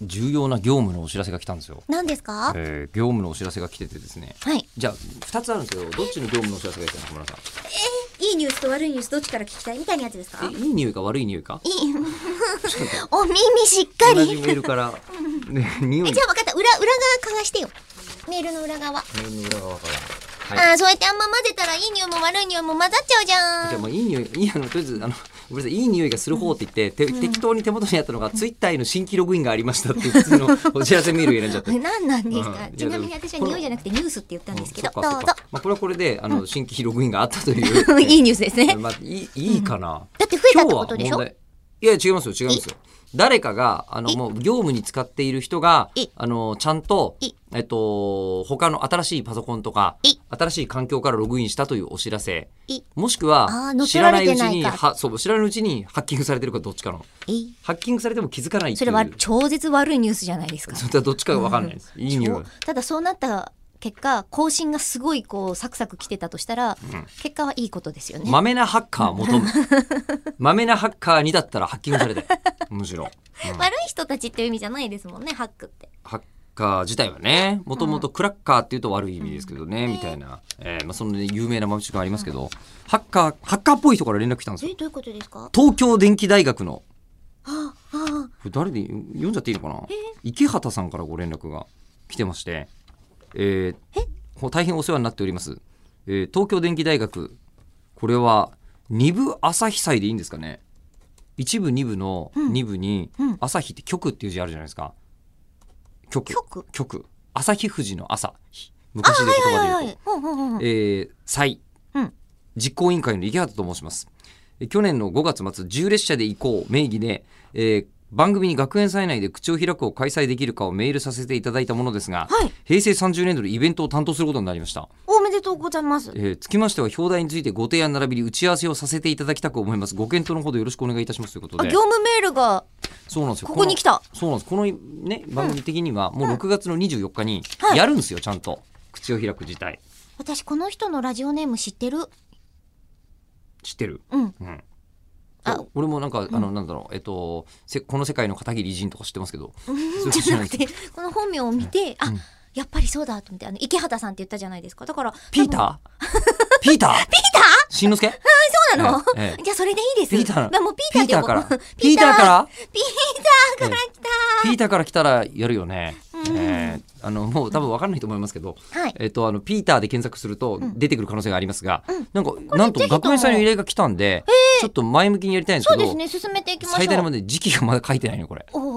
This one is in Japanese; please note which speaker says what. Speaker 1: 重要な業務のお知らせが来たんですよ。
Speaker 2: 何ですか
Speaker 1: えー業務のお知らせが来ててですね。
Speaker 2: はい。
Speaker 1: じゃあ、2つあるんですけど、どっちの業務のお知らせが来たの小村さ
Speaker 2: いいニュースと悪いニュースどっちから聞きたいみたいなや つですか
Speaker 1: ん。えいい匂いか悪い匂いか
Speaker 2: お耳しっか
Speaker 1: 同
Speaker 2: り。
Speaker 1: じ
Speaker 2: え、
Speaker 1: メ
Speaker 2: じゃ
Speaker 1: ール から、ね、匂い
Speaker 2: あ分かった。裏、裏側かがしてよ。メールの裏側。
Speaker 1: メールの裏側から。はい。
Speaker 2: ああ、そうやってあんま混ぜたらいい匂いも悪い匂いも混ざっちゃうじ
Speaker 1: じゃ
Speaker 2: ゃ
Speaker 1: あ
Speaker 2: ん。
Speaker 1: もういい匂い、いいあの、とりあえず、あの、ごめんなさい、いい匂いがする方って言って、て適当に手元にあったのが、ツイッターへの新規ログインがありましたっていう普通のお知らせメールを選んじゃって。
Speaker 2: え何なんですか
Speaker 1: うん
Speaker 2: ちなみに私は匂いじゃなくてニュースって言ったんですけど、
Speaker 1: そ
Speaker 2: ど
Speaker 1: っ
Speaker 2: う
Speaker 1: か
Speaker 2: ぞ
Speaker 1: そっか。まあ、これはこれで、あの、新規ログインがあったという。
Speaker 2: いいニュースですね。
Speaker 1: まあ、いい、いいかな。
Speaker 2: だって増えたってことでし
Speaker 1: 今日は問
Speaker 2: ょ
Speaker 1: 題いや、違いますよ、違いますよ。誰かが、あの、
Speaker 2: え
Speaker 1: もう業務に使っている人が
Speaker 2: え、
Speaker 1: あの、ちゃんと
Speaker 2: え、
Speaker 1: えっと、他の新しいパソコンとか
Speaker 2: え、
Speaker 1: 新しい環境からログインしたというお知らせ
Speaker 2: え。
Speaker 1: もしくは
Speaker 2: あー、乗っ
Speaker 1: 知
Speaker 2: 取
Speaker 1: ら
Speaker 2: ら
Speaker 1: な
Speaker 2: れ
Speaker 1: いう
Speaker 2: て
Speaker 1: ち
Speaker 2: ないか
Speaker 1: に、は、そう、知らないうちにハッキングされてるかどっちかの。
Speaker 2: え
Speaker 1: ハッキングされても気づかないって
Speaker 2: そ
Speaker 1: いう。
Speaker 2: れは超絶悪いニュースじゃないですか。
Speaker 1: それはどっちかがわかんないです。いい匂い。
Speaker 2: ただそうなった結果、更新がすごいこうサクサク来てたとしたら、結果はいいことですよね。
Speaker 1: まめなハッカー求む。まめなハッカーにだったらハッキングされて。むしろ。
Speaker 2: 悪い人たちっていう意味じゃないですもんね、ハックって。
Speaker 1: ハッカー自体はね、もともとクラッカーっていうと悪い意味ですけどね、みたいな。えーまあ、その、有名な豆知識がありますけど、ハッカー、ハッカーっぽい人から連絡来たんです
Speaker 2: え、
Speaker 1: よ。
Speaker 2: どういうことですか
Speaker 1: 東京電機大学の、
Speaker 2: ああ、
Speaker 1: これ誰で読んじゃっていいのかな池畑さんからご連絡が来てまして、えーほ大変お世話になっております。えー東京電機大学、これは2部朝日祭でいいんですかね一部二部の二部に、
Speaker 2: うん
Speaker 1: 朝日って局っていう字あるじゃないですか。局。
Speaker 2: 局
Speaker 1: 局朝日富士の朝日昔で言葉で言うと、
Speaker 2: い。ほうほうほう
Speaker 1: えー祭、
Speaker 2: うん
Speaker 1: 実行委員会の池畑と申しますえ去年の5月末10列車で行こう名義で、えー番組に学園祭内で口を開くを開催できるかをメールさせていただいたものですが、
Speaker 2: はい
Speaker 1: 平成30年度のイベントを担当することになりました
Speaker 2: おめでとうございます。
Speaker 1: えーつきましては表題についてご提案並びに打ち合わせをさせていただきたく思いますご検討のほどよろしくお願いいたしますということ
Speaker 2: あ、
Speaker 1: で
Speaker 2: 業務メールが
Speaker 1: そうなんですよ
Speaker 2: ここに来た。
Speaker 1: そうなんです。このね、番組的には、もう6月の24日に
Speaker 2: は、い
Speaker 1: やるんですよ、ちゃんと。口を開く事態。
Speaker 2: 私この人のラジオネーム知ってる。
Speaker 1: 知ってる
Speaker 2: うん。
Speaker 1: うん。
Speaker 2: あ
Speaker 1: そう俺もなんか、あの、なんだろう、えっと、せこの世界の片桐仁とか知ってますけど。そう
Speaker 2: じ
Speaker 1: 知
Speaker 2: ゃ
Speaker 1: ら
Speaker 2: な
Speaker 1: ない
Speaker 2: くて、この本名を見て、あ、やっぱりそうだと思って、あの、池畑さんって言ったじゃないですか。だから、
Speaker 1: ピータ ーピーターピーターしんのすけ
Speaker 2: ーなの、
Speaker 1: ええええ
Speaker 2: じゃあそれでいいです。
Speaker 1: ピーターな
Speaker 2: だもうピーターで呼ぼう
Speaker 1: ピーターから
Speaker 2: ピーター
Speaker 1: ピーターから
Speaker 2: ピーターから来た、
Speaker 1: ピーターから来たらやるよね。
Speaker 2: うん
Speaker 1: えーあの、もう多分わかんないと思いますけど。
Speaker 2: はい。
Speaker 1: えっと、あの、ピーターで検索すると出てくる可能性がありますが、なんか、
Speaker 2: れ
Speaker 1: なんと
Speaker 2: ぜひとも
Speaker 1: 学園祭の依頼が来たんで、ちょっと前向きにやりたいんです
Speaker 2: そう
Speaker 1: け
Speaker 2: です
Speaker 1: ど、
Speaker 2: ね、進めていきましょう。
Speaker 1: 最大のまで時期がまだ書いてないの、これ。
Speaker 2: お